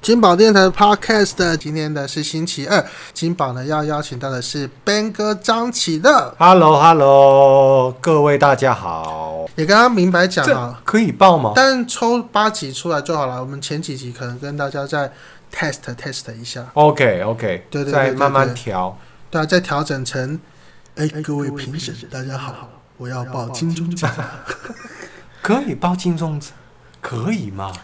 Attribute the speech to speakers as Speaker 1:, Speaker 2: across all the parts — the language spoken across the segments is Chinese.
Speaker 1: 金宝电台 Podcast，今天的是星期二，金宝呢要邀请到的是 Ben 哥张启乐，
Speaker 2: Hello，Hello，各位大家好。
Speaker 1: 也跟他明白讲
Speaker 2: 这
Speaker 1: 啊，
Speaker 2: 可以报吗？
Speaker 1: 但抽八集出来就好了。我们前几集可能跟大家再 test test 一下，
Speaker 2: OK OK，
Speaker 1: 对对对
Speaker 2: 再
Speaker 1: 对
Speaker 2: 慢
Speaker 1: 对
Speaker 2: 慢调。
Speaker 1: 对啊，再调整成，哎，各位评审大家好，我要报金钟奖。
Speaker 2: 可以报金钟奖，可以吗？
Speaker 1: 嗯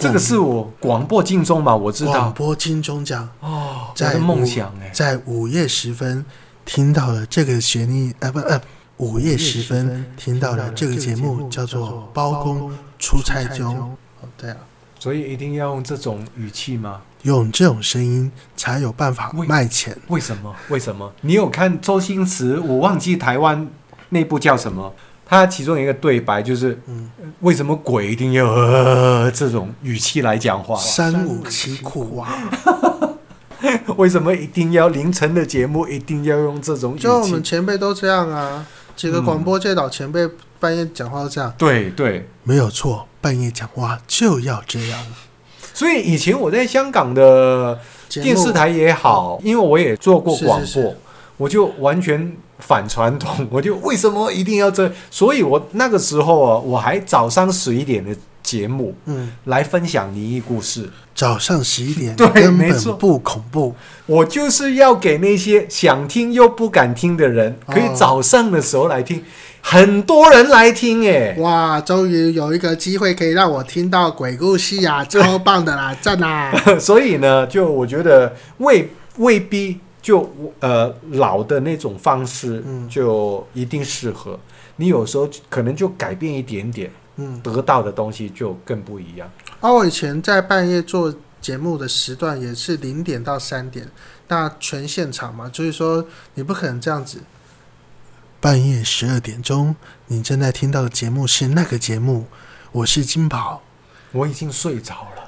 Speaker 2: 这个是我广播金钟嘛，我知
Speaker 1: 广
Speaker 2: 道
Speaker 1: 播金钟奖
Speaker 2: 哦，我
Speaker 1: 在
Speaker 2: 的梦想哎、
Speaker 1: 在午夜时分听到了这个旋律，呃不呃，午夜时分听到了这个节目叫做《包公出差中》。哦，对啊，
Speaker 2: 所以一定要用这种语气吗？
Speaker 1: 用这种声音才有办法
Speaker 2: 喂
Speaker 1: 卖钱。
Speaker 2: 为什么？为什么？你有看周星驰？我忘记台湾那部叫什么？他其中有一个对白就是
Speaker 1: 嗯，
Speaker 2: 为什么鬼一定要、呃、这种语气来讲话？
Speaker 1: 三五七啊苦哇！
Speaker 2: 为什么一定要凌晨的节目一定要用这种语
Speaker 1: 就我们
Speaker 2: 气？
Speaker 1: 前辈都这样啊，几个
Speaker 2: 嗯
Speaker 1: 广播界老前辈半夜讲话都这样，
Speaker 2: 对对，
Speaker 1: 没有错，半夜讲话就要这样。
Speaker 2: 所以以前我在香港的
Speaker 1: 节目哦
Speaker 2: 电视台也好，因为我也做过广
Speaker 1: 是
Speaker 2: 播，
Speaker 1: 是是
Speaker 2: 我就完全反传统， 我就为什么一定要这？所以我那个时候啊，我还早上十一点的节目
Speaker 1: 嗯，
Speaker 2: 来分享灵异故事，
Speaker 1: 早上十一点
Speaker 2: 对
Speaker 1: 根
Speaker 2: 没
Speaker 1: 本
Speaker 2: 错
Speaker 1: 不恐怖。
Speaker 2: 我就是要给那些想听又不敢听的人，可以
Speaker 1: 哦
Speaker 2: 早上的时候来听，很多人来听哎、
Speaker 1: 哇，终于有一个机会可以让我听到鬼故事啊，超棒的啦，赞啊啦！
Speaker 2: 所以呢，就我觉得未未必就呃老的那种方式
Speaker 1: 嗯
Speaker 2: 就一定适合。你有时候可能就改变一点点，
Speaker 1: 嗯，
Speaker 2: 得到的东西就更不一样。
Speaker 1: 啊，我以前在半夜做节目的时段也是零点到三点，那全现场嘛，所以说你不可能这样子。半夜十二点钟，你正在听到的节目是那个节目，我是金宝，
Speaker 2: 我已经睡着了。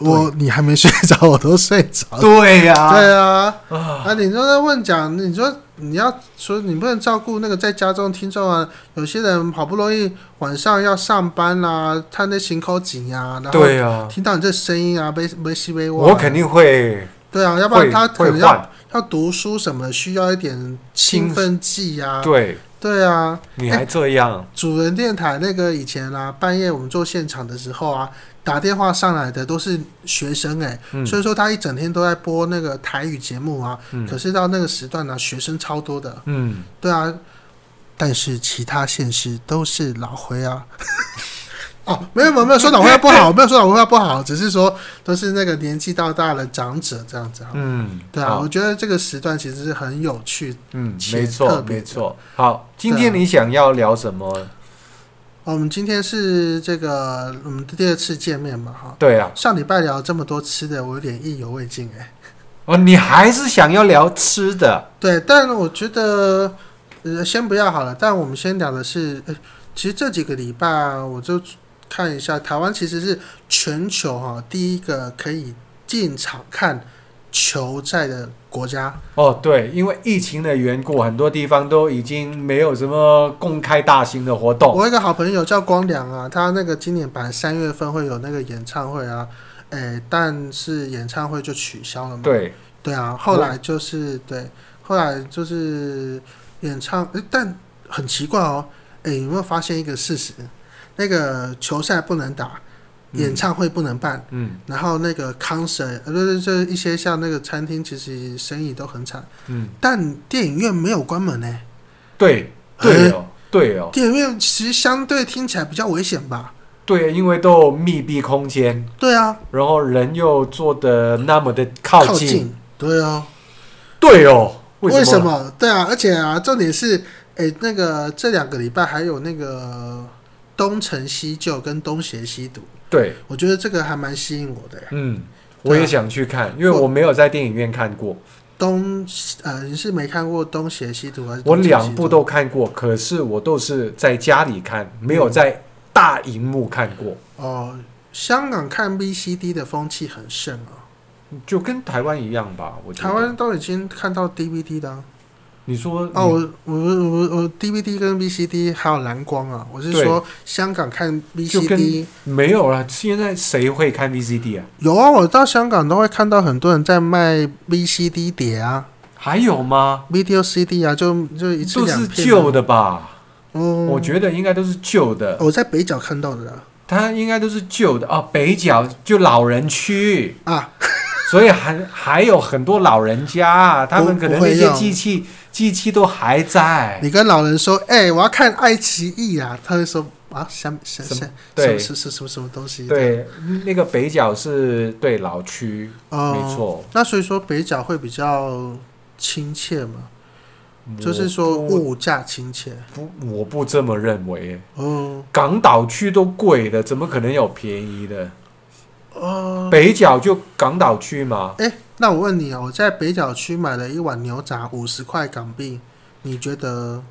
Speaker 1: 我你还没睡着，我都睡着了。
Speaker 2: 对呀、
Speaker 1: 对啊，
Speaker 2: 啊，
Speaker 1: 啊，你就在问讲，你说你要说你不能照顾那个在家中听众啊，有些人好不容易晚上要上班啦、啊，他那行口紧呀，然后
Speaker 2: 对呀、
Speaker 1: 听到你这声音啊，被被吸被
Speaker 2: 我肯定会
Speaker 1: 对啊，要不
Speaker 2: 会
Speaker 1: 然他可
Speaker 2: 会
Speaker 1: 能要
Speaker 2: 换。
Speaker 1: 要读书什么，需要一点兴奋剂呀、啊。
Speaker 2: 对，
Speaker 1: 对啊，
Speaker 2: 你还这样，
Speaker 1: 主人电台那个以前啊，半夜我们做现场的时候啊，打电话上来的都是学生哎、
Speaker 2: 嗯
Speaker 1: 所以说他一整天都在播那个台语节目啊，
Speaker 2: 嗯
Speaker 1: 可是到那个时段呢、学生超多的。
Speaker 2: 嗯，
Speaker 1: 对啊，但是其他县市都是老灰啊。 哦，没有没有没有说老灰啊不好，没有说老灰啊不好，只是说都是那个年纪到大的长者这样子啊。
Speaker 2: 嗯，
Speaker 1: 对啊，
Speaker 2: 好
Speaker 1: 我觉得这个时段其实是很有趣。
Speaker 2: 嗯，
Speaker 1: 且
Speaker 2: 没
Speaker 1: 特
Speaker 2: 错，
Speaker 1: 别
Speaker 2: 没
Speaker 1: 的
Speaker 2: 错。好，今
Speaker 1: 对啊
Speaker 2: 天你想要聊什么？
Speaker 1: 哦我们今天是这个我们第二次见面嘛哈，
Speaker 2: 对啊，
Speaker 1: 上礼拜聊这么多吃的，我有点意犹未尽哎。
Speaker 2: 哦，你还是想要聊吃的，
Speaker 1: 对，但我觉得呃先不要好了，但我们先聊的是，呃其实这几个礼拜啊，我就看一下台湾其实是全球哈、第一个可以进场看球赛的国家。
Speaker 2: 哦，对，因为疫情的缘故，很多地方都已经没有什么公开大型的活动。
Speaker 1: 我有一个好朋友叫光良啊，他那个今年版三月份会有那个演唱会啊，哎，但是演唱会就取消了嘛。
Speaker 2: 对，
Speaker 1: 对
Speaker 2: 哦
Speaker 1: 啊，后来就是对，后来就是演唱，诶但很奇怪哦，哎，有没有发现一个事实？那个球赛不能打，
Speaker 2: 嗯
Speaker 1: 演唱会不能办，
Speaker 2: 嗯
Speaker 1: 然后那个 concert，呃，不是，就是一些像那个餐厅，其实生意都很惨，
Speaker 2: 嗯，
Speaker 1: 但电影院没有关门呢、
Speaker 2: 对，
Speaker 1: 哎
Speaker 2: 对哦，对哦，
Speaker 1: 电影院其实相对听起来比较危险吧？
Speaker 2: 对，因为都有密闭空间，
Speaker 1: 对啊，
Speaker 2: 然后人又坐的那么的靠近，
Speaker 1: 近，对啊，
Speaker 2: 对哦，为
Speaker 1: 为
Speaker 2: 什
Speaker 1: 什
Speaker 2: 么？
Speaker 1: 么？对啊，而且啊，重点是，哎、那个这两个礼拜还有那个东成西就跟东邪西毒，
Speaker 2: 对，
Speaker 1: 我觉得这个还蛮吸引我的耶。
Speaker 2: 嗯，我也想去看，因为
Speaker 1: 我
Speaker 2: 我没有在电影院看过，
Speaker 1: 东呃，你是没看过东邪西毒还是
Speaker 2: 我
Speaker 1: 东成西毒？
Speaker 2: 两部都看过，可是我都是在家里看，没有在大荧幕看过，
Speaker 1: 哦。香港看 VCD 的风气很盛啊，
Speaker 2: 就跟台湾一样吧，我觉得
Speaker 1: 台湾都已经看到 DVD 的啊、
Speaker 2: 你说
Speaker 1: 哦，
Speaker 2: 你
Speaker 1: 我我我我 DVD 跟 VCD 还有蓝光啊，我是
Speaker 2: 对
Speaker 1: 说香港看
Speaker 2: 就跟
Speaker 1: VCD
Speaker 2: 没有了，现在谁会看 VCD 啊？
Speaker 1: 有啊，我到香港都会看到很多人在卖 VCD 碟啊
Speaker 2: 还有吗？
Speaker 1: ，video CD 啊，就就一次
Speaker 2: 都
Speaker 1: 两
Speaker 2: 是
Speaker 1: 片、啊
Speaker 2: 旧，的吧？
Speaker 1: 嗯，
Speaker 2: 我觉得应该都是旧的，
Speaker 1: 我在北角看到的啊啦
Speaker 2: 它应该都是旧的啊。北角就老人区，
Speaker 1: 啊，
Speaker 2: 所以还还有很多老人家，他们可能
Speaker 1: 不会
Speaker 2: 那些
Speaker 1: 用
Speaker 2: 机器机器都还在。
Speaker 1: 你跟老人说，哎、我要看爱奇艺啊，他会说啊，什什什
Speaker 2: 什么
Speaker 1: 什
Speaker 2: 对
Speaker 1: 什什什么什么东西？，
Speaker 2: 对，那个北角是对老区，
Speaker 1: 哦、
Speaker 2: 没。错。
Speaker 1: 那所以说北角会比较亲切嘛，就是说嗯
Speaker 2: 我
Speaker 1: 物价亲切。
Speaker 2: 不我不这么认为。
Speaker 1: 哦，
Speaker 2: 港岛区都贵的，怎么可能有便宜的？
Speaker 1: 哦，
Speaker 2: 北角就港岛区嘛，
Speaker 1: 哎，那我问你啊，我在北角区买了一碗牛杂，五十块港币，你觉得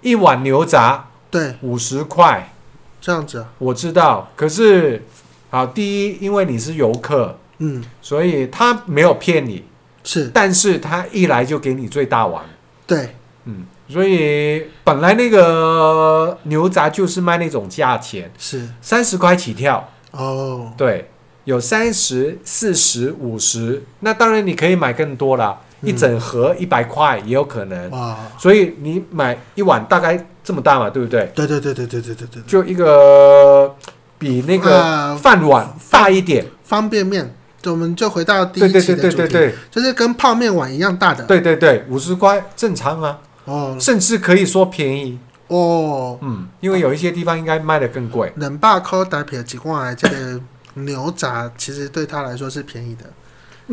Speaker 2: 一碗牛杂
Speaker 1: 对
Speaker 2: 五十块，
Speaker 1: 这样子啊？
Speaker 2: 我知道。可是，好，第一，因为你是游客，
Speaker 1: 嗯，
Speaker 2: 所以他没有骗你，
Speaker 1: 是
Speaker 2: 但是他一来就给你最大碗，
Speaker 1: 对，
Speaker 2: 嗯，所以本来那个牛杂就是卖那种价钱，
Speaker 1: 是
Speaker 2: 三十块起跳，
Speaker 1: 哦，
Speaker 2: 对，有三十四十五十，那当然你可以买更多啦，一
Speaker 1: 嗯
Speaker 2: 整盒一百块也有可能。
Speaker 1: 哇，
Speaker 2: 所以你买一碗大概这么大嘛，对不对？
Speaker 1: 对对对对对对对对，
Speaker 2: 就一个比那个
Speaker 1: 啊
Speaker 2: 饭碗大一点，
Speaker 1: 方便面，我们就回到第
Speaker 2: 对
Speaker 1: 一
Speaker 2: 对
Speaker 1: 期
Speaker 2: 对
Speaker 1: 的
Speaker 2: 对
Speaker 1: 主题，
Speaker 2: 对对
Speaker 1: 就是跟泡面碗一样大的。
Speaker 2: 对对对，五十块正常啊，
Speaker 1: 哦
Speaker 2: 甚至可以说便宜，
Speaker 1: 哦，
Speaker 2: 嗯，因为有一些地方应该卖的更贵，
Speaker 1: 冷霸扣打撇几罐啊来，这个牛杂其实对他来说是便宜的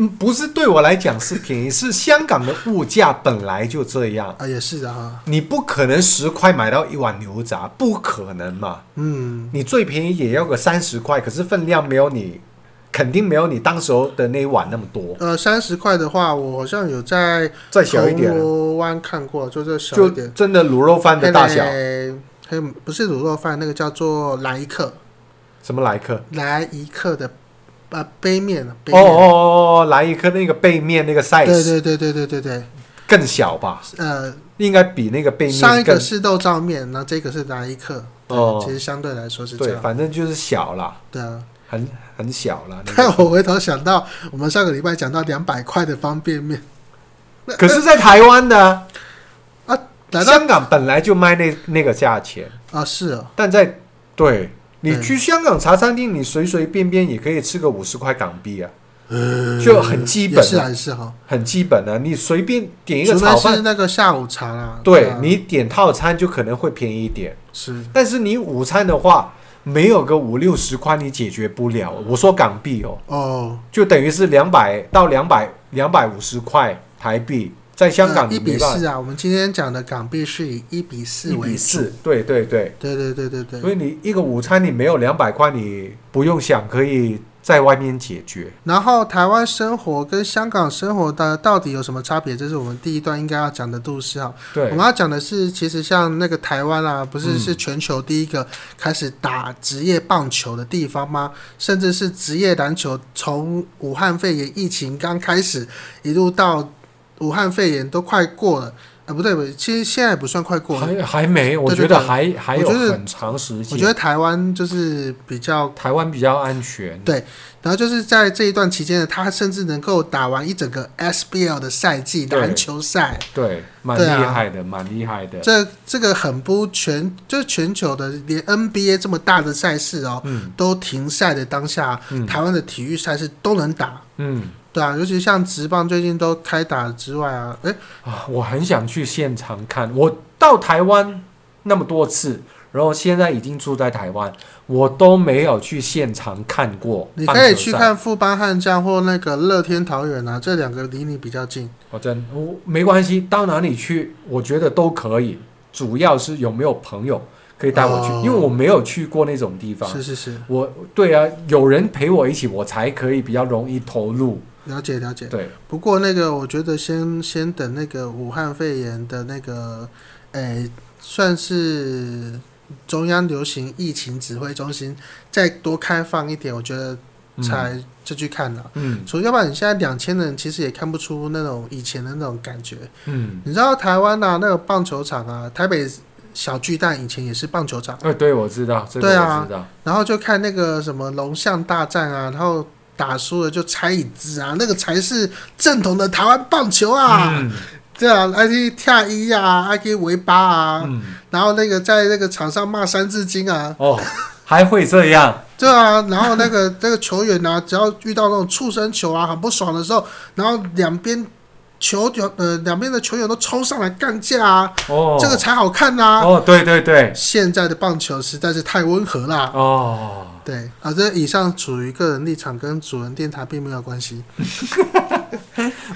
Speaker 2: 嗯，不是对我来讲是便宜，是香港的物价本来就这样，
Speaker 1: 啊，也是的哈。
Speaker 2: 你不可能十块买到一碗牛杂，不可能嘛，
Speaker 1: 嗯，
Speaker 2: 你最便宜也要个三十块，可是分量没有你，肯定没有你当时候的那一碗那么多，
Speaker 1: 呃，三十块的话，我好像有在
Speaker 2: 再小一点啊。
Speaker 1: 铜锣湾看过，就这哦小
Speaker 2: 就
Speaker 1: 一点。
Speaker 2: 真的卤肉饭的大小，
Speaker 1: 嘿嘞嘿，不是卤肉饭，那个叫做来一克，
Speaker 2: 什么哦来客？
Speaker 1: 来一克的啊杯面，杯
Speaker 2: 哦
Speaker 1: 面。
Speaker 2: 哦哦哦，来一颗那个背面那个 size
Speaker 1: 对对对对对对对，
Speaker 2: 更小吧，
Speaker 1: 呃，
Speaker 2: 应该比那个背
Speaker 1: 上一
Speaker 2: 面更
Speaker 1: 个是肉燥面，那这个是来一克，其
Speaker 2: 哦，
Speaker 1: 实相对来说是这
Speaker 2: 对，
Speaker 1: 样。
Speaker 2: 反正就是小啦，
Speaker 1: 对啊，
Speaker 2: 很很小啦。 那
Speaker 1: 但
Speaker 2: 个
Speaker 1: 我回头想到，我们上个礼拜讲到两百块的方便面，呃
Speaker 2: 可是，在台湾的
Speaker 1: 难道
Speaker 2: 香港本来就卖那那个价钱，
Speaker 1: 啊是哦，
Speaker 2: 但在对你
Speaker 1: 对
Speaker 2: 去香港茶餐厅，你随随便便也可以吃个五十块港币啊，就很基
Speaker 1: 也
Speaker 2: 本
Speaker 1: 是
Speaker 2: 啊，
Speaker 1: 还是哈，
Speaker 2: 很基本啊。你随便点一个
Speaker 1: 除非
Speaker 2: 炒
Speaker 1: 是
Speaker 2: 饭，
Speaker 1: 那个下午茶啦。
Speaker 2: 对
Speaker 1: 啊
Speaker 2: 你点套餐就可能会便宜一点。
Speaker 1: 是
Speaker 2: 但是你午餐的话，没有个五六十块你解决不了。我说港币哦，
Speaker 1: 哦，
Speaker 2: 就等于是两百到两百两百五十块台币，在香港
Speaker 1: 呃
Speaker 2: 你
Speaker 1: 一
Speaker 2: 没
Speaker 1: 比
Speaker 2: 办法
Speaker 1: 四啊，我们今天讲的港币是以一比四嗯
Speaker 2: 一
Speaker 1: 为
Speaker 2: 比
Speaker 1: 主。
Speaker 2: 四，对对对。
Speaker 1: 对对对对
Speaker 2: 所
Speaker 1: 对。
Speaker 2: 以你一个午餐你没有两百块，你不用想可以在外面解决。
Speaker 1: 然后台湾生活跟香港生活的到底有什么差别？这是我们第一段应该要讲的故事啊哈。我
Speaker 2: 对
Speaker 1: 们要讲的是，其实像那个台湾啊，不是
Speaker 2: 嗯
Speaker 1: 是全球第一个开始打职业棒球的地方吗？甚至是职业篮球，从武汉肺炎疫情刚开始，一路到武汉肺炎都快过了，啊，不对不对，其实现在也不算快过了。
Speaker 2: 还还没，我
Speaker 1: 对
Speaker 2: 觉
Speaker 1: 对
Speaker 2: 得
Speaker 1: 对
Speaker 2: 还还有
Speaker 1: 我觉得
Speaker 2: 很长时
Speaker 1: 我觉得
Speaker 2: 间。
Speaker 1: 台湾就是比较，
Speaker 2: 台湾比较安全，
Speaker 1: 然后就是在这一段期间呢，他甚至能够打完一整个 SBL 的赛季
Speaker 2: 对
Speaker 1: 篮球赛，
Speaker 2: 对，蛮
Speaker 1: 对啊
Speaker 2: 厉害的，蛮厉害的。
Speaker 1: 这这个很不全，就是全球的连 NBA 这么大的赛事哦，
Speaker 2: 嗯
Speaker 1: 都停赛的当下，
Speaker 2: 嗯
Speaker 1: 台湾的体育赛事都能打，
Speaker 2: 嗯
Speaker 1: 对啊，尤其像职棒最近都开打之外啊，哎，
Speaker 2: 啊，我很想去现场看。我到台湾那么多次，然后现在已经住在台湾，我都没有去现场看过。
Speaker 1: 你可以去。看富邦悍将或那个乐天桃园啊，这两个离你比较近。
Speaker 2: 我哦真我没关系，到哪里去，我觉得都可以。主要是有没有朋友可以带我去，
Speaker 1: 哦
Speaker 2: 因为我没有去过那种地方。
Speaker 1: 是是是，
Speaker 2: 我对啊，有人陪我一起，我才可以比较容易投入。
Speaker 1: 了解了解。
Speaker 2: 对，
Speaker 1: 不过那个，我觉得先先等那个武汉肺炎的那个，诶，算是中央流行疫情指挥中心再多开放一点，我觉得啊
Speaker 2: 嗯
Speaker 1: 才就去看的、
Speaker 2: 嗯
Speaker 1: 所以要不然你现在两千人其实也看不出那种以前的那种感觉。
Speaker 2: 嗯，
Speaker 1: 你知道台湾啊，那个棒球场啊，台北小巨蛋以前也是棒球场，
Speaker 2: 呃，对，我知道，这个
Speaker 1: 对啊
Speaker 2: 我知道，
Speaker 1: 然后就看那个什么龙象大战啊，然后打输了就拆椅子啊，那个才是正统的台湾棒球啊。
Speaker 2: 嗯
Speaker 1: 对啊，还去跳一啊，还去围八啊，
Speaker 2: 嗯，
Speaker 1: 然后那个在那个场上骂三字经啊，
Speaker 2: 哦，还会这样，
Speaker 1: 对啊，然后那个 那个球员啊，只要遇到那种触身球啊，很不爽的时候，然后两边球员呃两边的球员都冲上来干架啊，
Speaker 2: 哦，
Speaker 1: 这个才好看呐、
Speaker 2: 哦，对对对，
Speaker 1: 现在的棒球实在是太温和啦。
Speaker 2: 哦，
Speaker 1: 对啊，这以上属于个人立场，跟主人电台并没有关系。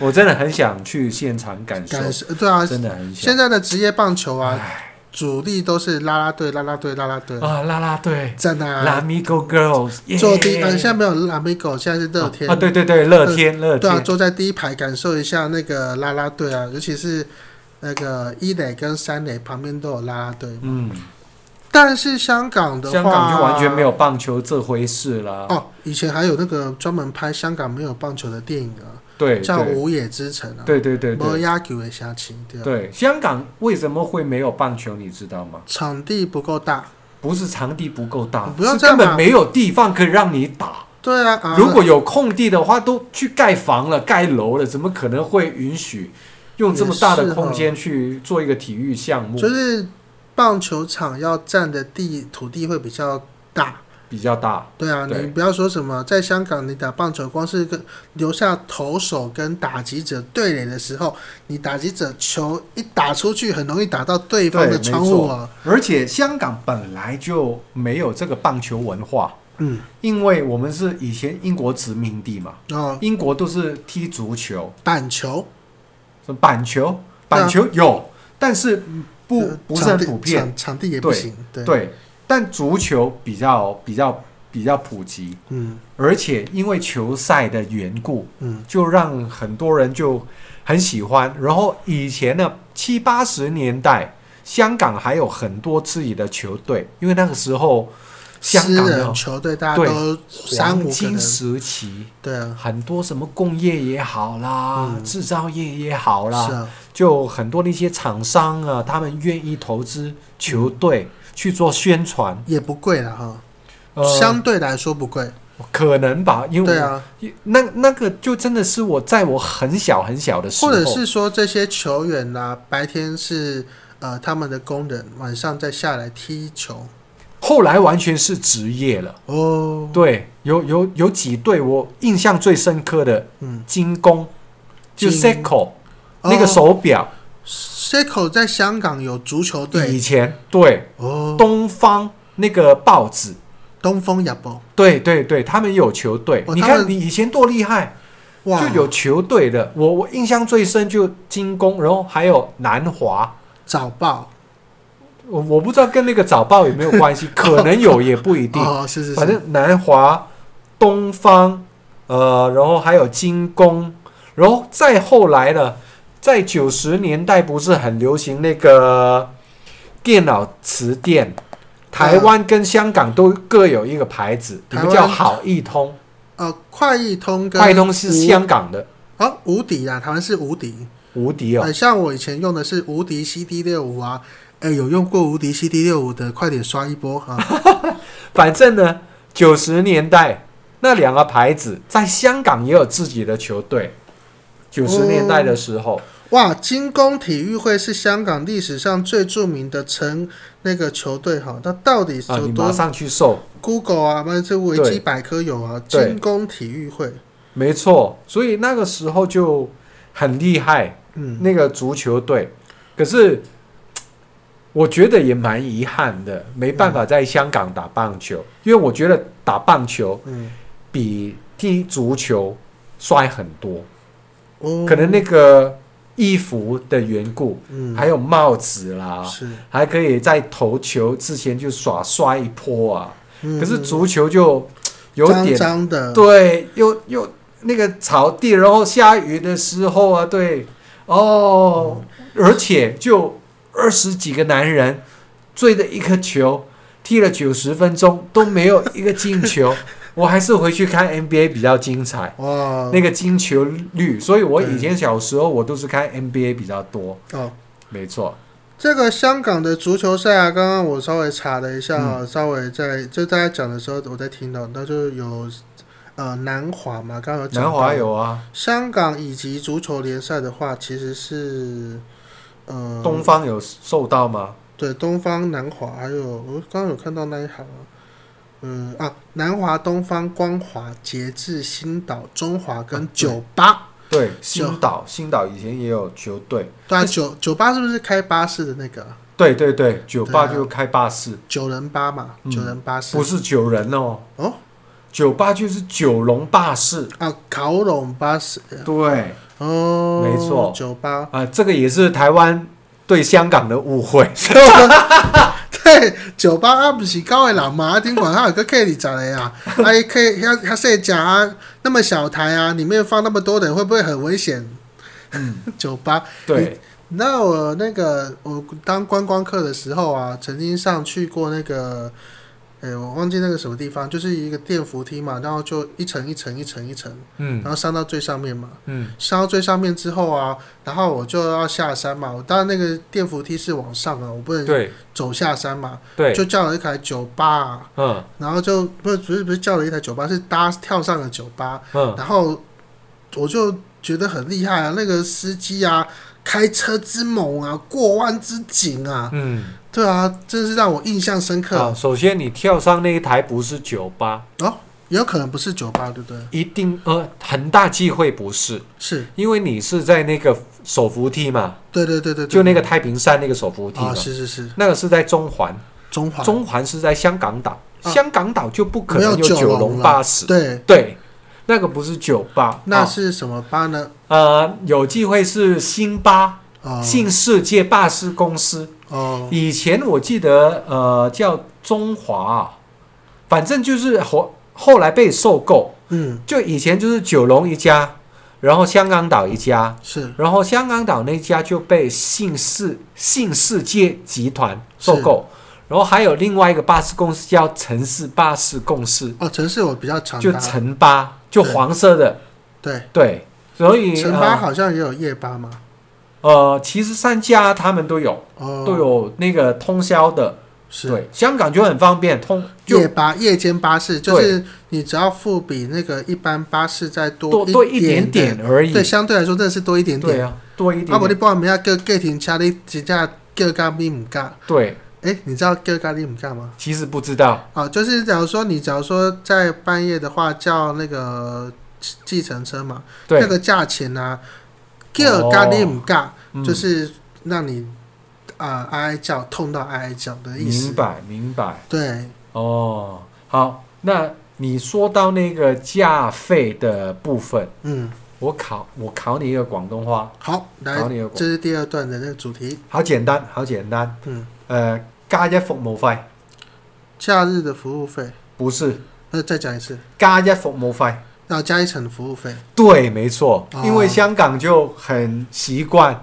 Speaker 2: 我真的很想去现场感受，
Speaker 1: 感受呃对啊，
Speaker 2: 真的很想
Speaker 1: 现在的职业棒球啊，
Speaker 2: 唉
Speaker 1: 主力都是啦啦队、啦啦队、啦啦队，
Speaker 2: 啊，啦啦队
Speaker 1: 真的
Speaker 2: 拉
Speaker 1: 啊。
Speaker 2: 米 m i g o Girls，
Speaker 1: 坐第呃，现在
Speaker 2: 在
Speaker 1: 没有拉米狗，现在是乐天
Speaker 2: 啊，对对对，乐天乐
Speaker 1: 对啊，
Speaker 2: 天，
Speaker 1: 坐在第一排感受一下那个啦啦队啊，尤其是那个一垒跟三垒旁边都有啦啦队。
Speaker 2: 嗯，
Speaker 1: 但是香港的话，
Speaker 2: 香港就完全没有棒球这回事啦，
Speaker 1: 哦。以前还有那个专门拍香港没有棒球的电影啊，
Speaker 2: 对
Speaker 1: 叫《
Speaker 2: 对
Speaker 1: 午野之城》啊，
Speaker 2: 对对对
Speaker 1: 摩
Speaker 2: 对
Speaker 1: 亚球的下情对啊，
Speaker 2: 对，香港为什么会没有棒球，你知道吗？
Speaker 1: 场地不够大。
Speaker 2: 不是场地不够大，
Speaker 1: 你啊不要
Speaker 2: 是
Speaker 1: 这样
Speaker 2: 根
Speaker 1: 嘛
Speaker 2: 本没有地方可以让你打。
Speaker 1: 对啊，啊
Speaker 2: 如果有空地的话，都去盖房了、盖楼了，怎么可能会允许用这么大
Speaker 1: 也是
Speaker 2: 的
Speaker 1: 哦
Speaker 2: 空间去做一个体育项目？
Speaker 1: 就是棒球场要占的地土地会比较大。
Speaker 2: 比较大，
Speaker 1: 对啊，
Speaker 2: 对
Speaker 1: 你不要说什么，在香港你打棒球，光是一个留下投手跟打击者对垒的时候，你打击者球一打出去，很容易打到对方的
Speaker 2: 对
Speaker 1: 窗户啊。
Speaker 2: 而且香港本来就没有这个棒球文化，
Speaker 1: 嗯，
Speaker 2: 因为我们是以前英国殖民地嘛，
Speaker 1: 然后
Speaker 2: 英国都是踢足球、
Speaker 1: 哦板球
Speaker 2: 什么板球，
Speaker 1: 对啊
Speaker 2: 板球有，但是不
Speaker 1: 呃
Speaker 2: 不是很
Speaker 1: 场地
Speaker 2: 普遍。
Speaker 1: 场场地也不
Speaker 2: 对
Speaker 1: 行。对，
Speaker 2: 对，但足球比较比较比较普及，
Speaker 1: 嗯
Speaker 2: 而且因为球赛的缘故，
Speaker 1: 嗯，
Speaker 2: 就让很多人就很喜欢。然后以前呢，七八十年代，香港还有很多自己的球队，因为那个时候香
Speaker 1: 私
Speaker 2: 港
Speaker 1: 人
Speaker 2: 的
Speaker 1: 球队大家
Speaker 2: 对
Speaker 1: 都三
Speaker 2: 黄
Speaker 1: 五个人
Speaker 2: 金，时期，
Speaker 1: 对啊，
Speaker 2: 很多什么工业也好啦，
Speaker 1: 嗯
Speaker 2: 制造业也好啦，
Speaker 1: 是啊，
Speaker 2: 就很多的一些厂商啊，他们愿意投资球队、去做宣传。
Speaker 1: 也不贵了哈，
Speaker 2: 呃
Speaker 1: 相对来说不贵。
Speaker 2: 可能吧，因为
Speaker 1: 对啊，
Speaker 2: 我那那个就真的是我在我很小很小的时候，
Speaker 1: 或者是说这些球员呐、白天是呃他们的工人，晚上再下来踢球。
Speaker 2: 后来完全是职业了。
Speaker 1: 哦，
Speaker 2: 对，有有有几队我印象最深刻的
Speaker 1: 嗯，哦
Speaker 2: 精工，就
Speaker 1: 精
Speaker 2: Seiko 那个手表，
Speaker 1: Seco 在香港有足球
Speaker 2: 以
Speaker 1: 队
Speaker 2: 前对
Speaker 1: 哦，
Speaker 2: 东方那个报纸，
Speaker 1: 东风亚波
Speaker 2: 对对对，他们有球队。
Speaker 1: 哦
Speaker 2: 你
Speaker 1: 他们
Speaker 2: 看你以前多厉害，
Speaker 1: 哇，
Speaker 2: 就有球队的。我我印象最深就精工，然后还有南华。
Speaker 1: 早报
Speaker 2: 我我不知道跟那个早报有没有 关系，可能有也不一定。
Speaker 1: 哦，是是
Speaker 2: 反
Speaker 1: 是，
Speaker 2: 正南华、东方，呃，然后还有金工，然后再后来呢，在九十年代不是很流行那个电脑词典，
Speaker 1: 嗯
Speaker 2: 台湾跟香港都各有一个牌子，你
Speaker 1: 台
Speaker 2: 们
Speaker 1: 湾
Speaker 2: 叫好易通，
Speaker 1: 呃，快易通跟
Speaker 2: 快易通是香港的
Speaker 1: 无哦无敌啊，台湾是无敌。
Speaker 2: 无敌哦
Speaker 1: 呃，，像我以前用的是无敌 CD 六五啊，哎，有用过无敌 CD 六五的，快点刷一波啊！
Speaker 2: 反正呢，九十年代那两个牌子在香港也有自己的球队。九十年代的时候，
Speaker 1: 哇，精工体育会是香港历史上最著名的成那个球队哈，那到底
Speaker 2: 啊，
Speaker 1: 有
Speaker 2: 你
Speaker 1: 多
Speaker 2: 马上去搜，
Speaker 1: Google 啊，不然这维基百科有啊，
Speaker 2: 对
Speaker 1: 精工体育会，
Speaker 2: 没错。所以那个时候就很厉害，
Speaker 1: 嗯，
Speaker 2: 那个足球队。可是我觉得也蛮遗憾的，没办法在香港打棒球，因为我觉得打棒球
Speaker 1: 嗯，
Speaker 2: 比踢足球帅很多，
Speaker 1: 哦，
Speaker 2: 可能那个衣服的缘故，
Speaker 1: 嗯，
Speaker 2: 还有啊帽子啦，
Speaker 1: 是，
Speaker 2: 还可以在投球之前就耍摔一波啊。
Speaker 1: 嗯
Speaker 2: 可是足球就有点
Speaker 1: 脏脏的，
Speaker 2: 对，又又那个草地，然后下雨的时候啊，对，哦，
Speaker 1: 嗯
Speaker 2: 而且就二十几个男人 追着一颗球踢了九十分钟都没有一个进球，我还是回去看 NBA 比较精彩，
Speaker 1: 哇，
Speaker 2: 那个进球率。所以我
Speaker 1: 哦对
Speaker 2: 以前小时候我都是看 NBA 比较多，
Speaker 1: 哦，
Speaker 2: 没错，
Speaker 1: 这个香港的足球赛啊，刚刚我稍微查了一下、啊，
Speaker 2: 嗯
Speaker 1: 稍微在就大家讲的时候，我在听到，那就有呃南华嘛，刚刚有讲
Speaker 2: 南
Speaker 1: 到
Speaker 2: 华有啊，
Speaker 1: 香港以及足球联赛的话，其实是呃
Speaker 2: 东方有受到吗？
Speaker 1: 对东方南华，还有我刚刚有看到那一行啊，嗯啊南华、东方、光华、节制、新岛、中华跟
Speaker 2: 啊对
Speaker 1: 九八、
Speaker 2: 对，新岛，新岛以前也有球队，
Speaker 1: 对啊，九九八是不是开巴士的那个啊
Speaker 2: 对对对，酒吧
Speaker 1: 对啊
Speaker 2: 就开巴士，
Speaker 1: 九人八嘛？
Speaker 2: 嗯
Speaker 1: 九人巴士、
Speaker 2: 不是九人哦，
Speaker 1: 哦
Speaker 2: 酒吧就是九龙巴士，
Speaker 1: 啊，烤龙巴士
Speaker 2: 对，
Speaker 1: 哦，
Speaker 2: 没错
Speaker 1: 九八
Speaker 2: 啊，这个也是台湾对香港的误会，
Speaker 1: 对九八啊，不是高伟郎嘛？啊，顶管他有个 K 里咋的呀？啊，可以他他在讲啊，那么小台啊，里面放那么多人会不会很危险？嗯， 酒吧。
Speaker 2: 对，
Speaker 1: 那我那个我当观光客的时候啊，曾经上去过那个，哎、我忘记那个什么地方，就是一个电扶梯嘛，然后就一层一层一层一层，
Speaker 2: 嗯
Speaker 1: 然后上到最上面嘛。
Speaker 2: 嗯，
Speaker 1: 上到最上面之后啊，然后我就要下山嘛。我当然那个电扶梯是往上啊，我不能
Speaker 2: 嗯对
Speaker 1: 走下山嘛，
Speaker 2: 对，
Speaker 1: 就叫了一台酒吧、啊，
Speaker 2: 嗯
Speaker 1: 然后就不是不是不是叫了一台酒吧，是搭跳上了酒吧，
Speaker 2: 嗯，
Speaker 1: 然后我就觉得很厉害啊，那个司机啊。开车之猛啊，过弯之紧啊，
Speaker 2: 嗯，
Speaker 1: 对啊，真是让我印象深刻。
Speaker 2: 好，首先你跳上那一台不是酒吧，
Speaker 1: 也有可能不是酒吧，对不对？
Speaker 2: 一定呃很大机会不是，
Speaker 1: 是，
Speaker 2: 因为你是在那个手扶梯嘛，
Speaker 1: 对对对对对。
Speaker 2: 就那个太平山那个手扶梯
Speaker 1: 啊，
Speaker 2: 嘛，
Speaker 1: 是是是，
Speaker 2: 那个是在中环，
Speaker 1: 中华
Speaker 2: 中环是在香港岛，
Speaker 1: 啊
Speaker 2: 香港岛就不可
Speaker 1: 没有
Speaker 2: 能有
Speaker 1: 九
Speaker 2: 九
Speaker 1: 龙
Speaker 2: 龙
Speaker 1: 了
Speaker 2: 巴士，
Speaker 1: 对，
Speaker 2: 对，那个不是酒吧，
Speaker 1: 那
Speaker 2: 啊
Speaker 1: 是什么吧呢？
Speaker 2: 呃有机会是新巴。
Speaker 1: 哦，
Speaker 2: 新世界巴士公司，
Speaker 1: 哦，
Speaker 2: 以前我记得呃叫中华啊，反正就是后后来被收购，
Speaker 1: 嗯，
Speaker 2: 就以前就是九龙一家，然后香港岛一家，
Speaker 1: 是
Speaker 2: 然后香港岛那家就被信世信世界集团收购，然后还有另外一个巴士公司叫城市巴士公司，
Speaker 1: 哦，城市我比较常
Speaker 2: 就
Speaker 1: 搭，
Speaker 2: 城巴，就
Speaker 1: 对
Speaker 2: 黄色的，
Speaker 1: 对，
Speaker 2: 对，所以
Speaker 1: 城巴好像也有夜巴嘛，
Speaker 2: 呃呃，其实三家他们都有，
Speaker 1: 哦，
Speaker 2: 都有那个通宵的。
Speaker 1: 是
Speaker 2: 对，香港就很方便，通就
Speaker 1: 夜巴夜间巴士，就是你只要付比那个一般巴士再
Speaker 2: 多
Speaker 1: 多
Speaker 2: 多
Speaker 1: 一
Speaker 2: 一点
Speaker 1: 点
Speaker 2: 点而已。
Speaker 1: 对，相对来说真的是多一点
Speaker 2: 对
Speaker 1: 点。
Speaker 2: 啊，多一
Speaker 1: 啊，
Speaker 2: 点
Speaker 1: 我你
Speaker 2: 点。
Speaker 1: 帮我们要各各停车，你只架各咖咪唔咖？
Speaker 2: 对，
Speaker 1: 哎，你知道各咖喱唔咖吗？
Speaker 2: 其实不知道。
Speaker 1: 啊，就是假如说你假如说在半夜的话叫那个计程车嘛，那
Speaker 2: 对，哦
Speaker 1: 个价钱呢、啊，各咖喱唔咖。
Speaker 2: 嗯
Speaker 1: 就是让你啊、哀哀叫，痛到哀哀叫的意
Speaker 2: 明
Speaker 1: 思。
Speaker 2: 白明白。
Speaker 1: 对，
Speaker 2: 哦，好，那你说到那个价费的部分，
Speaker 1: 嗯，
Speaker 2: 我考我考你一个广东话，
Speaker 1: 好，来
Speaker 2: 考，你一个广，
Speaker 1: 这是第二段的那个主题。
Speaker 2: 好简单，好简单。
Speaker 1: 嗯，
Speaker 2: 呃，加一服務費
Speaker 1: 假日的服务费，
Speaker 2: 不是
Speaker 1: 那再讲一次，
Speaker 2: 加一服務費。
Speaker 1: 然后加一层服务费。
Speaker 2: 对，没错
Speaker 1: 哦，
Speaker 2: 因为香港就很习惯，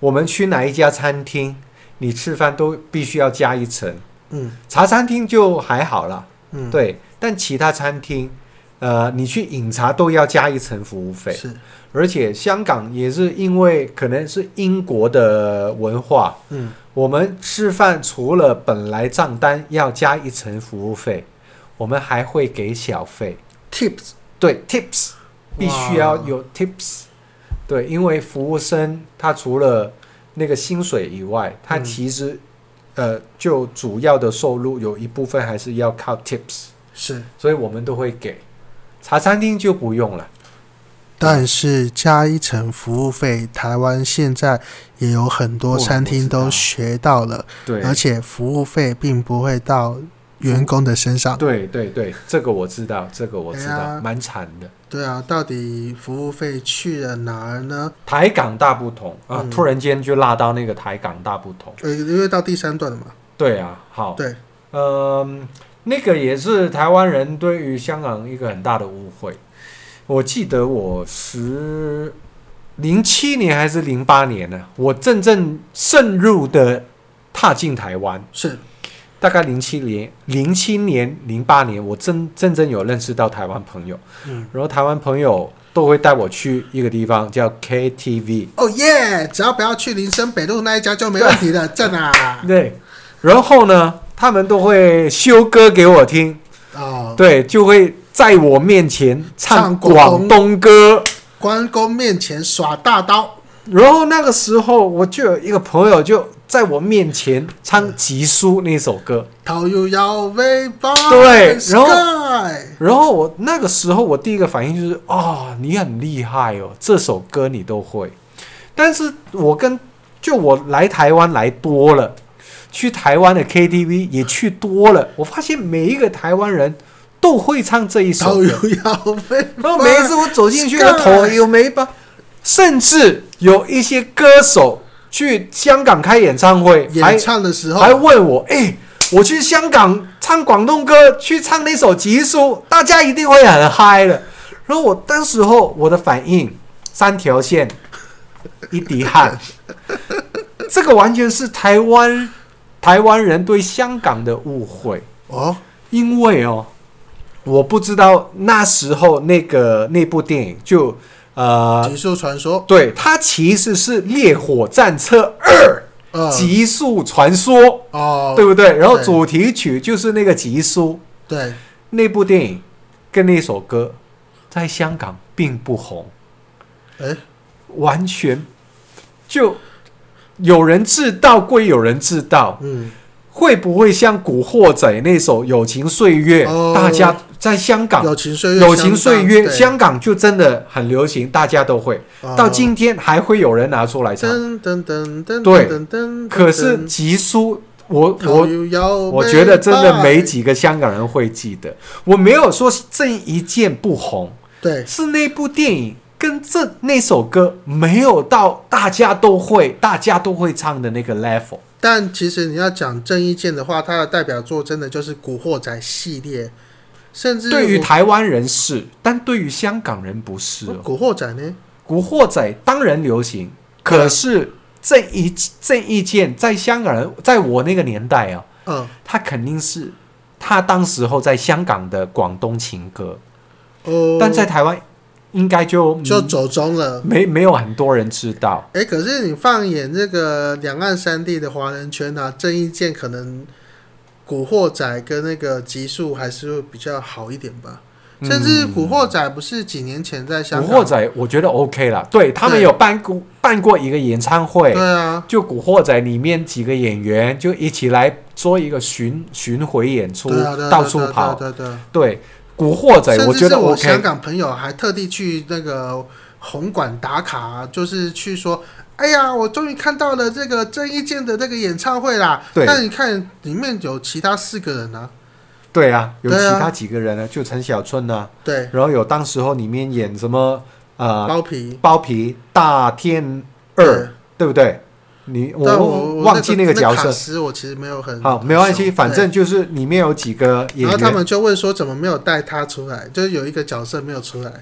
Speaker 2: 我们去哪一家餐厅，你吃饭都必须要加一层。
Speaker 1: 嗯
Speaker 2: 茶餐厅就还好啦，
Speaker 1: 嗯，，
Speaker 2: 对，但其他餐厅，呃，你去饮茶都要加一层服务费，
Speaker 1: 是，
Speaker 2: 而且香港也是因为可能是英国的文化，
Speaker 1: 嗯
Speaker 2: 我们吃饭除了本来账单要加一层服务费，我们还会给小费。
Speaker 1: ，tips
Speaker 2: 对 tips 必须要有 tips，对，因为服务生他除了那个薪水以外，他
Speaker 1: 嗯
Speaker 2: 其实、呃就主要的收入有一部分还是要靠 tips，
Speaker 1: 是，
Speaker 2: 所以我们都会给。茶餐厅就不用了，
Speaker 1: 但是加一层服务费，台湾现在也有很多
Speaker 2: 哦我
Speaker 1: 餐厅
Speaker 2: 我知
Speaker 1: 都
Speaker 2: 道
Speaker 1: 学到了，
Speaker 2: 对
Speaker 1: 而且服务费并不会到员工的身上。
Speaker 2: 对对对，这个我知道，这个我知
Speaker 1: 啊哎呀
Speaker 2: 道，蛮惨的。
Speaker 1: 对啊，到底服务费去了哪儿呢？
Speaker 2: 台港大不同啊，
Speaker 1: 嗯
Speaker 2: 突然间就落到那个台港大不同。
Speaker 1: 呃，因为到第三段了嘛。
Speaker 2: 对啊，好，
Speaker 1: 对，
Speaker 2: 嗯，那个也是台湾人对于香港一个很大的误会。我记得我十零七年还是零八年呢、我真正渗入的踏进台湾，
Speaker 1: 是，
Speaker 2: 大概零七年、零七年、零八年，我真真正有认识到台湾朋友，
Speaker 1: 嗯，
Speaker 2: 然后台湾朋友都会带我去一个地方叫 KTV，
Speaker 1: 哦耶！只要不要去林森北路那一家就没问题的，正啊！
Speaker 2: 对，然后呢，他们都会修歌给我听，
Speaker 1: 哦，
Speaker 2: 对，就会在我面前唱
Speaker 1: 唱广东
Speaker 2: 广东歌。
Speaker 1: 关公面前耍大刀，
Speaker 2: 然后那个时候，我就有一个朋友就在我面前唱《吉书》那首歌。
Speaker 1: 头又要尾巴。
Speaker 2: 对然后
Speaker 1: Sky
Speaker 2: 然后我那个时候，我第一个反应就是啊、你很厉害哦，这首歌你都会。但是我跟就我来台湾来多了，去台湾的 KTV 也去多了，我发现每一个台湾人都会唱这一首
Speaker 1: 头
Speaker 2: 歌。
Speaker 1: 又要尾巴。
Speaker 2: 然后每一次我走进去，
Speaker 1: Sky
Speaker 2: 头有没吧，甚至有一些歌手去香港开演唱会，还
Speaker 1: 演唱的时候，
Speaker 2: 还问我，哎、我去香港唱广东歌，去唱那首《吉书》，大家一定会很嗨的。然后我当时候我的反应，三条线，一滴汗，这个完全是台湾台湾人对香港的误会。
Speaker 1: 哦，
Speaker 2: 因为哦，我不知道那时候那个那部电影就呃，
Speaker 1: 极速传说，
Speaker 2: 对，它其实是《烈火战车
Speaker 1: 呃，
Speaker 2: 极速传说》
Speaker 1: 哦，
Speaker 2: 对不对？然后
Speaker 1: 对
Speaker 2: 主题曲就是那个《极速》
Speaker 1: 对，
Speaker 2: 那部电影跟那首歌在香港并不红，
Speaker 1: 哎，
Speaker 2: 完全就有人知道归有人知道，
Speaker 1: 嗯，
Speaker 2: 会不会像《古惑仔》那首《友情岁月》
Speaker 1: 哦
Speaker 2: 大家在香港
Speaker 1: 友情岁月，
Speaker 2: 友情岁月，
Speaker 1: 相
Speaker 2: 香港就真的很流行，大家都会。
Speaker 1: 当对
Speaker 2: 到
Speaker 1: 哦
Speaker 2: 今天还会有人拿出来唱。
Speaker 1: 噔噔噔噔，
Speaker 2: 对
Speaker 1: 噔噔。
Speaker 2: 可是《吉书》，我我
Speaker 1: 我
Speaker 2: 我觉得真的没几个香港人会记得。我没有说这一件不红，
Speaker 1: 对
Speaker 2: 是那部电影跟这那首歌没有到大家都会、大家都会唱的那个 level。
Speaker 1: 但其实你要讲郑伊健的话，他的代表作真的就是《古惑仔》系列，甚至
Speaker 2: 对于
Speaker 1: 我
Speaker 2: 台湾人是，但对于香港人不是
Speaker 1: 我
Speaker 2: 哦。
Speaker 1: 古惑仔》呢，
Speaker 2: 古惑仔当然流行，可是这一这一件在香港人，在我那个年代啊，
Speaker 1: 嗯，
Speaker 2: 他肯定是他当时候在香港的广东情歌，
Speaker 1: 哦，
Speaker 2: 但在台湾应该就
Speaker 1: 就
Speaker 2: 嗯
Speaker 1: 走中了。
Speaker 2: 没没有很多人知道。
Speaker 1: 哎，可是你放眼这个两岸三地的华人圈啊，郑伊健可能《古惑仔》跟那个《极速》还是会比较好一点吧。甚至《古惑仔》不是几年前在
Speaker 2: 嗯古
Speaker 1: 香港，
Speaker 2: 惑仔我觉得 OK 啦，对他们
Speaker 1: 对
Speaker 2: 有办过办过一个演唱会
Speaker 1: 对，啊，
Speaker 2: 就古惑仔里面几个演员就一起来做一个巡巡回演出，
Speaker 1: 对啊，对啊
Speaker 2: 到处
Speaker 1: 对啊
Speaker 2: 跑。
Speaker 1: 对啊对啊对啊。
Speaker 2: 对，古惑仔
Speaker 1: 甚
Speaker 2: 我觉
Speaker 1: 至是
Speaker 2: 得
Speaker 1: 我香
Speaker 2: OK。
Speaker 1: 港朋友还特地去那个红馆打卡，就是去说，哎呀，我终于看到了这个郑伊健的那个演唱会啦。
Speaker 2: 对
Speaker 1: 但你看里面有其他四个人啊，
Speaker 2: 对啊，有其
Speaker 1: 对啊
Speaker 2: 他几个人呢，就陈小春呢、
Speaker 1: 对，
Speaker 2: 然后有当时候里面演什么呃
Speaker 1: 包皮
Speaker 2: 包皮大天二，对不对？你
Speaker 1: 对但我
Speaker 2: 忘记
Speaker 1: 那
Speaker 2: 个角
Speaker 1: 卡
Speaker 2: 色，
Speaker 1: 斯我其实没有很
Speaker 2: 好，没关系，
Speaker 1: 很熟
Speaker 2: 反正
Speaker 1: 对
Speaker 2: 就是里面有几个演
Speaker 1: 然后他
Speaker 2: 员，
Speaker 1: 们就问说怎么没有带他出来，就是有一个角色没有出来，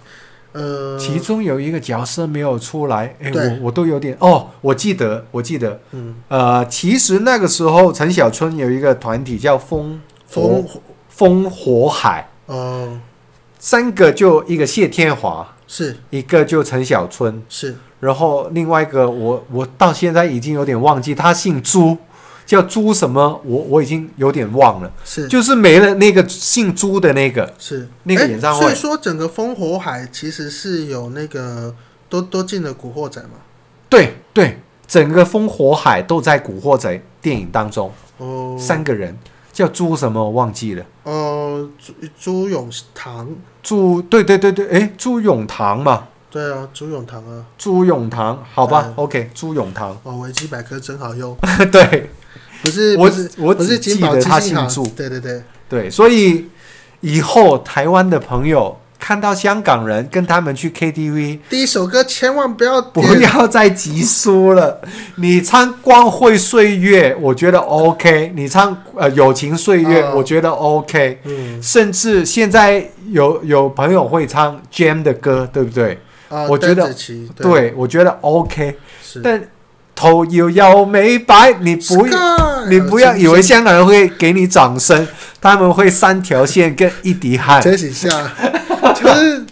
Speaker 1: 呃，
Speaker 2: 其中有一个角色没有出来，哎，
Speaker 1: 对
Speaker 2: 我我都有点哦，我记得，我记得，
Speaker 1: 嗯，
Speaker 2: 呃，其实那个时候陈小春有一个团体叫风
Speaker 1: 风
Speaker 2: 风火海，
Speaker 1: 哦
Speaker 2: 三个就一个谢天华，
Speaker 1: 是
Speaker 2: 一个就陈小春，
Speaker 1: 是
Speaker 2: 然后另外一个我我到现在已经有点忘记，他姓朱，叫朱什么？我我已经有点忘了，
Speaker 1: 是
Speaker 2: 就是没了那个姓朱的那个。
Speaker 1: 是
Speaker 2: 那个
Speaker 1: 诶
Speaker 2: 演唱会
Speaker 1: 所以说整个烽火海其实是有那个都都进了古惑仔嘛。
Speaker 2: 对对，整个烽火海都在《古惑仔》电影当中，
Speaker 1: 哦，
Speaker 2: 三个人叫朱什么我忘记了，
Speaker 1: 哦，朱朱永堂，
Speaker 2: 朱对对对对，诶，朱永棠嘛，
Speaker 1: 对啊，朱永堂啊，
Speaker 2: 朱永棠，好吧、
Speaker 1: 嗯
Speaker 2: o k 朱永 棠，
Speaker 1: 哦，维基百科真好 用，
Speaker 2: 对
Speaker 1: 不是
Speaker 2: 我
Speaker 1: 不是
Speaker 2: 只我
Speaker 1: 不
Speaker 2: 只
Speaker 1: 是
Speaker 2: 记
Speaker 1: 金宝
Speaker 2: 得
Speaker 1: 基
Speaker 2: 他
Speaker 1: 金
Speaker 2: 姓
Speaker 1: 卡
Speaker 2: 朱，，
Speaker 1: 对对对，
Speaker 2: 对，所以以后台湾的朋友看到香港人跟他们去 KTV，
Speaker 1: 第一首歌千万不要
Speaker 2: 不
Speaker 1: 点
Speaker 2: 要再急 输了。你唱《光辉岁月》，我觉得 OK；你唱呃《友情岁月》
Speaker 1: 啊
Speaker 2: 我觉得 OK。
Speaker 1: 嗯
Speaker 2: 甚至现在有有朋友会唱 Jam 的歌，对不对？
Speaker 1: 啊，
Speaker 2: 我觉得
Speaker 1: 邓紫棋
Speaker 2: 对我觉得 OK。
Speaker 1: 是，
Speaker 2: 但头摇摇没摆，你不
Speaker 1: Sky 害、啊！
Speaker 2: 你不要以为
Speaker 1: 真
Speaker 2: 香港人会给你掌声，他们会三条线跟一滴汗。
Speaker 1: 真是下， 就是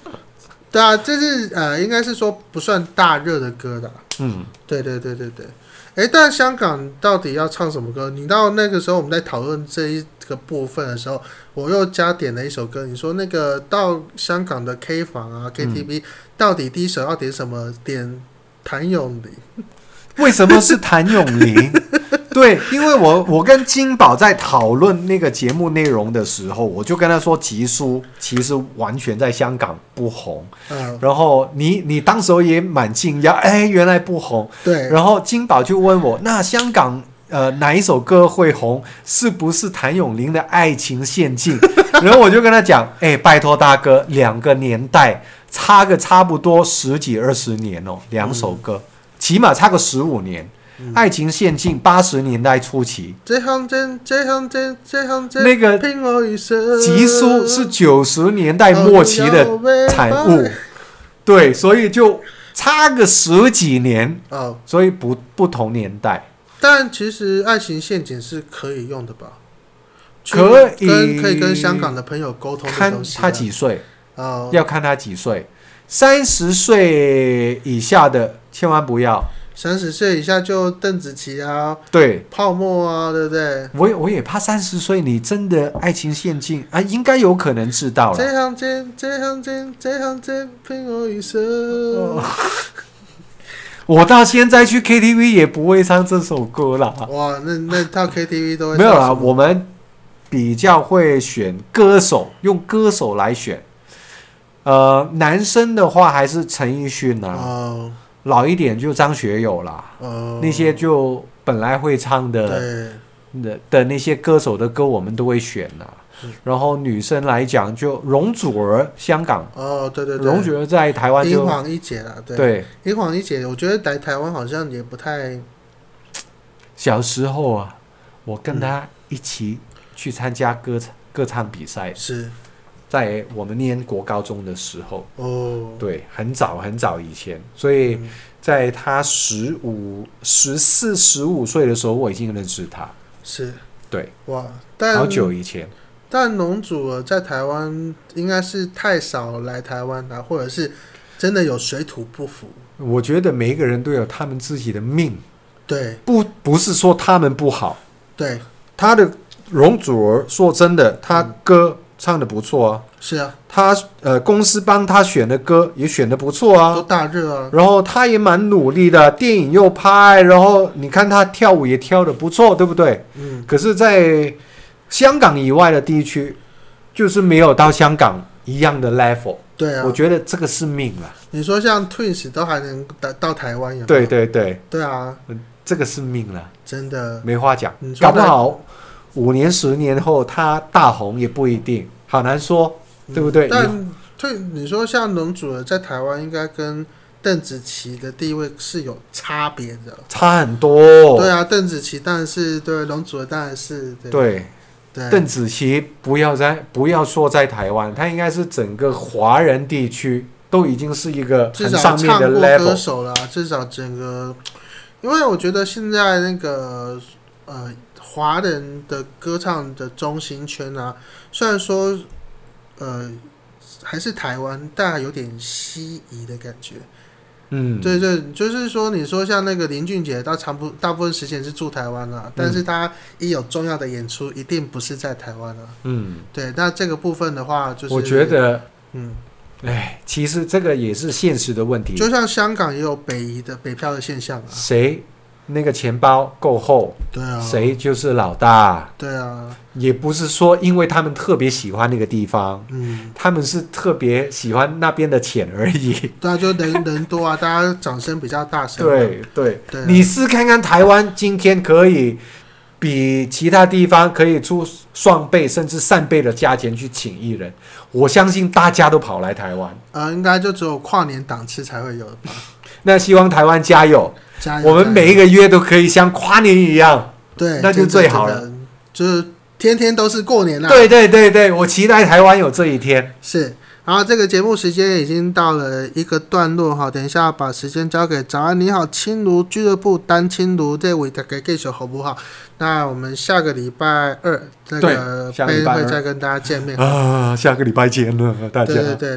Speaker 1: 对啊，这是呃，应该是说不算大热的歌的啊。
Speaker 2: 嗯，
Speaker 1: 对对对对对。哎，但香港到底要唱什么歌？你到那个时候我们在讨论这一个部分的时候，我又加点了一首歌。你说那个到香港的 K 房啊、KTV，、到
Speaker 2: 嗯
Speaker 1: 底第一首要点什么？点谭咏麟。
Speaker 2: 为什么是谭咏麟？对，因为我我跟金宝在讨论那个节目内容的时候，我就跟他说，吉叔其实完全在香港不红。
Speaker 1: 嗯，
Speaker 2: 然后你你当时候也蛮惊讶，哎，原来不红。
Speaker 1: 对，
Speaker 2: 然后金宝就问我，那香港呃哪一首歌会红？是不是谭咏麟的《爱情陷阱》？ 然后我就跟他讲，哎，拜托大哥，两个年代差个差不多十几二十年哦，两首歌、起码差个十五年。
Speaker 1: 嗯
Speaker 2: 爱情陷阱八十年代初期，
Speaker 1: 这行真，这行真，这行真，
Speaker 2: 那个
Speaker 1: 拼我一生。
Speaker 2: 吉叔是九十年代末期
Speaker 1: 哦
Speaker 2: 的产物，对，所以就差个十几年，
Speaker 1: 哦，
Speaker 2: 所以不不同年代。
Speaker 1: 但其实《爱情陷阱》是可以用的吧？去
Speaker 2: 可以
Speaker 1: 跟可以跟香港的朋友沟通的
Speaker 2: 看
Speaker 1: 东西啊。
Speaker 2: 他几岁，
Speaker 1: 哦，
Speaker 2: 要看他几岁。三十岁以下的千万不要。
Speaker 1: 三十岁以下就邓紫棋啊、
Speaker 2: 对
Speaker 1: 泡沫啊，对不对？
Speaker 2: 我也我也怕三十岁你真的爱情陷阱啊，应该有可能知道了。
Speaker 1: 这行真，这行真，这行真，拼我一生。
Speaker 2: 我到现在去 KTV 也不会唱这首歌啦。
Speaker 1: 哇，那那到 KTV 都会
Speaker 2: 没有
Speaker 1: 唱
Speaker 2: 啦，
Speaker 1: 什么
Speaker 2: 我们比较会选歌手，用歌手来选。呃，男生的话还是陈奕迅啊，
Speaker 1: 哦
Speaker 2: 老一点就张学友啦，
Speaker 1: 哦，
Speaker 2: 那些就本来会唱的。
Speaker 1: 对
Speaker 2: 的的那些歌手的歌，我们都会选呐、
Speaker 1: 嗯
Speaker 2: 然后女生来讲，就容祖儿，香港，
Speaker 1: 哦，对对对，
Speaker 2: 容祖儿在台湾
Speaker 1: 英
Speaker 2: 就
Speaker 1: 皇一姐啦，对，
Speaker 2: 对，
Speaker 1: 英皇一姐，我觉得来台湾好像也不太
Speaker 2: 小时候啊，我跟她一起去参加歌唱歌唱比赛，
Speaker 1: 是
Speaker 2: 在我们念国高中的时候，
Speaker 1: 哦，
Speaker 2: 对，很早很早以前，所以
Speaker 1: 嗯
Speaker 2: 在她十五、十四、十五岁的时候，我已经认识她，
Speaker 1: 是
Speaker 2: 对，
Speaker 1: 哇，
Speaker 2: 好
Speaker 1: 但
Speaker 2: 久以前，
Speaker 1: 但龙祖儿在台湾应该是太少来台湾了、或者是真的有水土不服。
Speaker 2: 我觉得每一个人都有他们自己的命，
Speaker 1: 对
Speaker 2: 不不是说他们不好。
Speaker 1: 对，
Speaker 2: 他的容祖儿说真的，他
Speaker 1: 嗯
Speaker 2: 歌唱的不错啊，
Speaker 1: 是啊，
Speaker 2: 他呃公司帮他选的歌也选的不错
Speaker 1: 都
Speaker 2: 啊，
Speaker 1: 大热啊，
Speaker 2: 然后他也蛮努力的，电影又拍，然后你看他跳舞也跳的不错，对不对？
Speaker 1: 嗯，
Speaker 2: 可是，在香港以外的地区，就是没有到香港一样的 level，、
Speaker 1: 对啊
Speaker 2: 我。觉得这个是命啊，
Speaker 1: 你说像 Twins 都还能到到台湾有没有
Speaker 2: 对对对，
Speaker 1: 对啊，
Speaker 2: 这个是命了、
Speaker 1: 真的
Speaker 2: 没话讲
Speaker 1: 嗯你，说
Speaker 2: 搞不
Speaker 1: 的
Speaker 2: 好五年十年后他大红也不一定，好难说。对不对
Speaker 1: 嗯但退你说像龙祖儿在台湾应该跟邓紫棋的地位是有差别的。
Speaker 2: 差很多。
Speaker 1: 对啊，邓紫棋当然是对，龙祖儿当然是对
Speaker 2: 对
Speaker 1: 对
Speaker 2: 邓紫棋不要在不要说在台湾，她应该是整个华人地区都已经是一个
Speaker 1: 至
Speaker 2: 很
Speaker 1: 少
Speaker 2: 上面
Speaker 1: 唱
Speaker 2: 的
Speaker 1: 过歌
Speaker 2: level。
Speaker 1: 手啦，至少整个，因为我觉得现在那个呃华人的歌唱的中心圈啊，虽然说呃还是台湾，但有点西移的感觉。
Speaker 2: 嗯，
Speaker 1: 对对，就是说你说像那个林俊杰，到长不大部分时间是住台湾啦、但
Speaker 2: 嗯
Speaker 1: 是他一有重要的演出，一定不是在台湾啊。
Speaker 2: 嗯，
Speaker 1: 对，那这个部分的话，就是
Speaker 2: 我觉得，
Speaker 1: 嗯，
Speaker 2: 哎，其实这个也是现实的问题。
Speaker 1: 就像香港也有北移的北漂的现象啊。
Speaker 2: 谁那个钱包够厚，
Speaker 1: 对啊，
Speaker 2: 谁就是老大。
Speaker 1: 对啊，
Speaker 2: 也不是说因为他们特别喜欢那个地方，
Speaker 1: 嗯，
Speaker 2: 他们是特别喜欢那边的钱而已。
Speaker 1: 对啊，就人人多啊，大家掌声比较大声。
Speaker 2: 对对，
Speaker 1: 对啊，
Speaker 2: 你试看看台湾今天可以比其他地方可以出双倍甚至三倍的价钱去请艺人，我相信大家都跑来台湾。
Speaker 1: 呃，应该就只有跨年档次才会有吧。
Speaker 2: 那希望台湾加油，
Speaker 1: 加油！
Speaker 2: 我们
Speaker 1: 加油
Speaker 2: 每一个月都可以像跨年一样。
Speaker 1: 对，
Speaker 2: 那就
Speaker 1: 真的
Speaker 2: 最好了，
Speaker 1: 真的就是天天都是过年啦。
Speaker 2: 对对对对，我期待台湾有这一天。
Speaker 1: 是然后这个节目时间已经到了一个段落哈，等一下把时间交给早安你好青庐俱乐部单青庐这位大概 g 手好不好？那我们下个礼拜二这个
Speaker 2: 对下个
Speaker 1: 杯
Speaker 2: 礼拜二
Speaker 1: 会再跟大家见面。
Speaker 2: 啊，下个礼拜见了，大家。
Speaker 1: 对对对，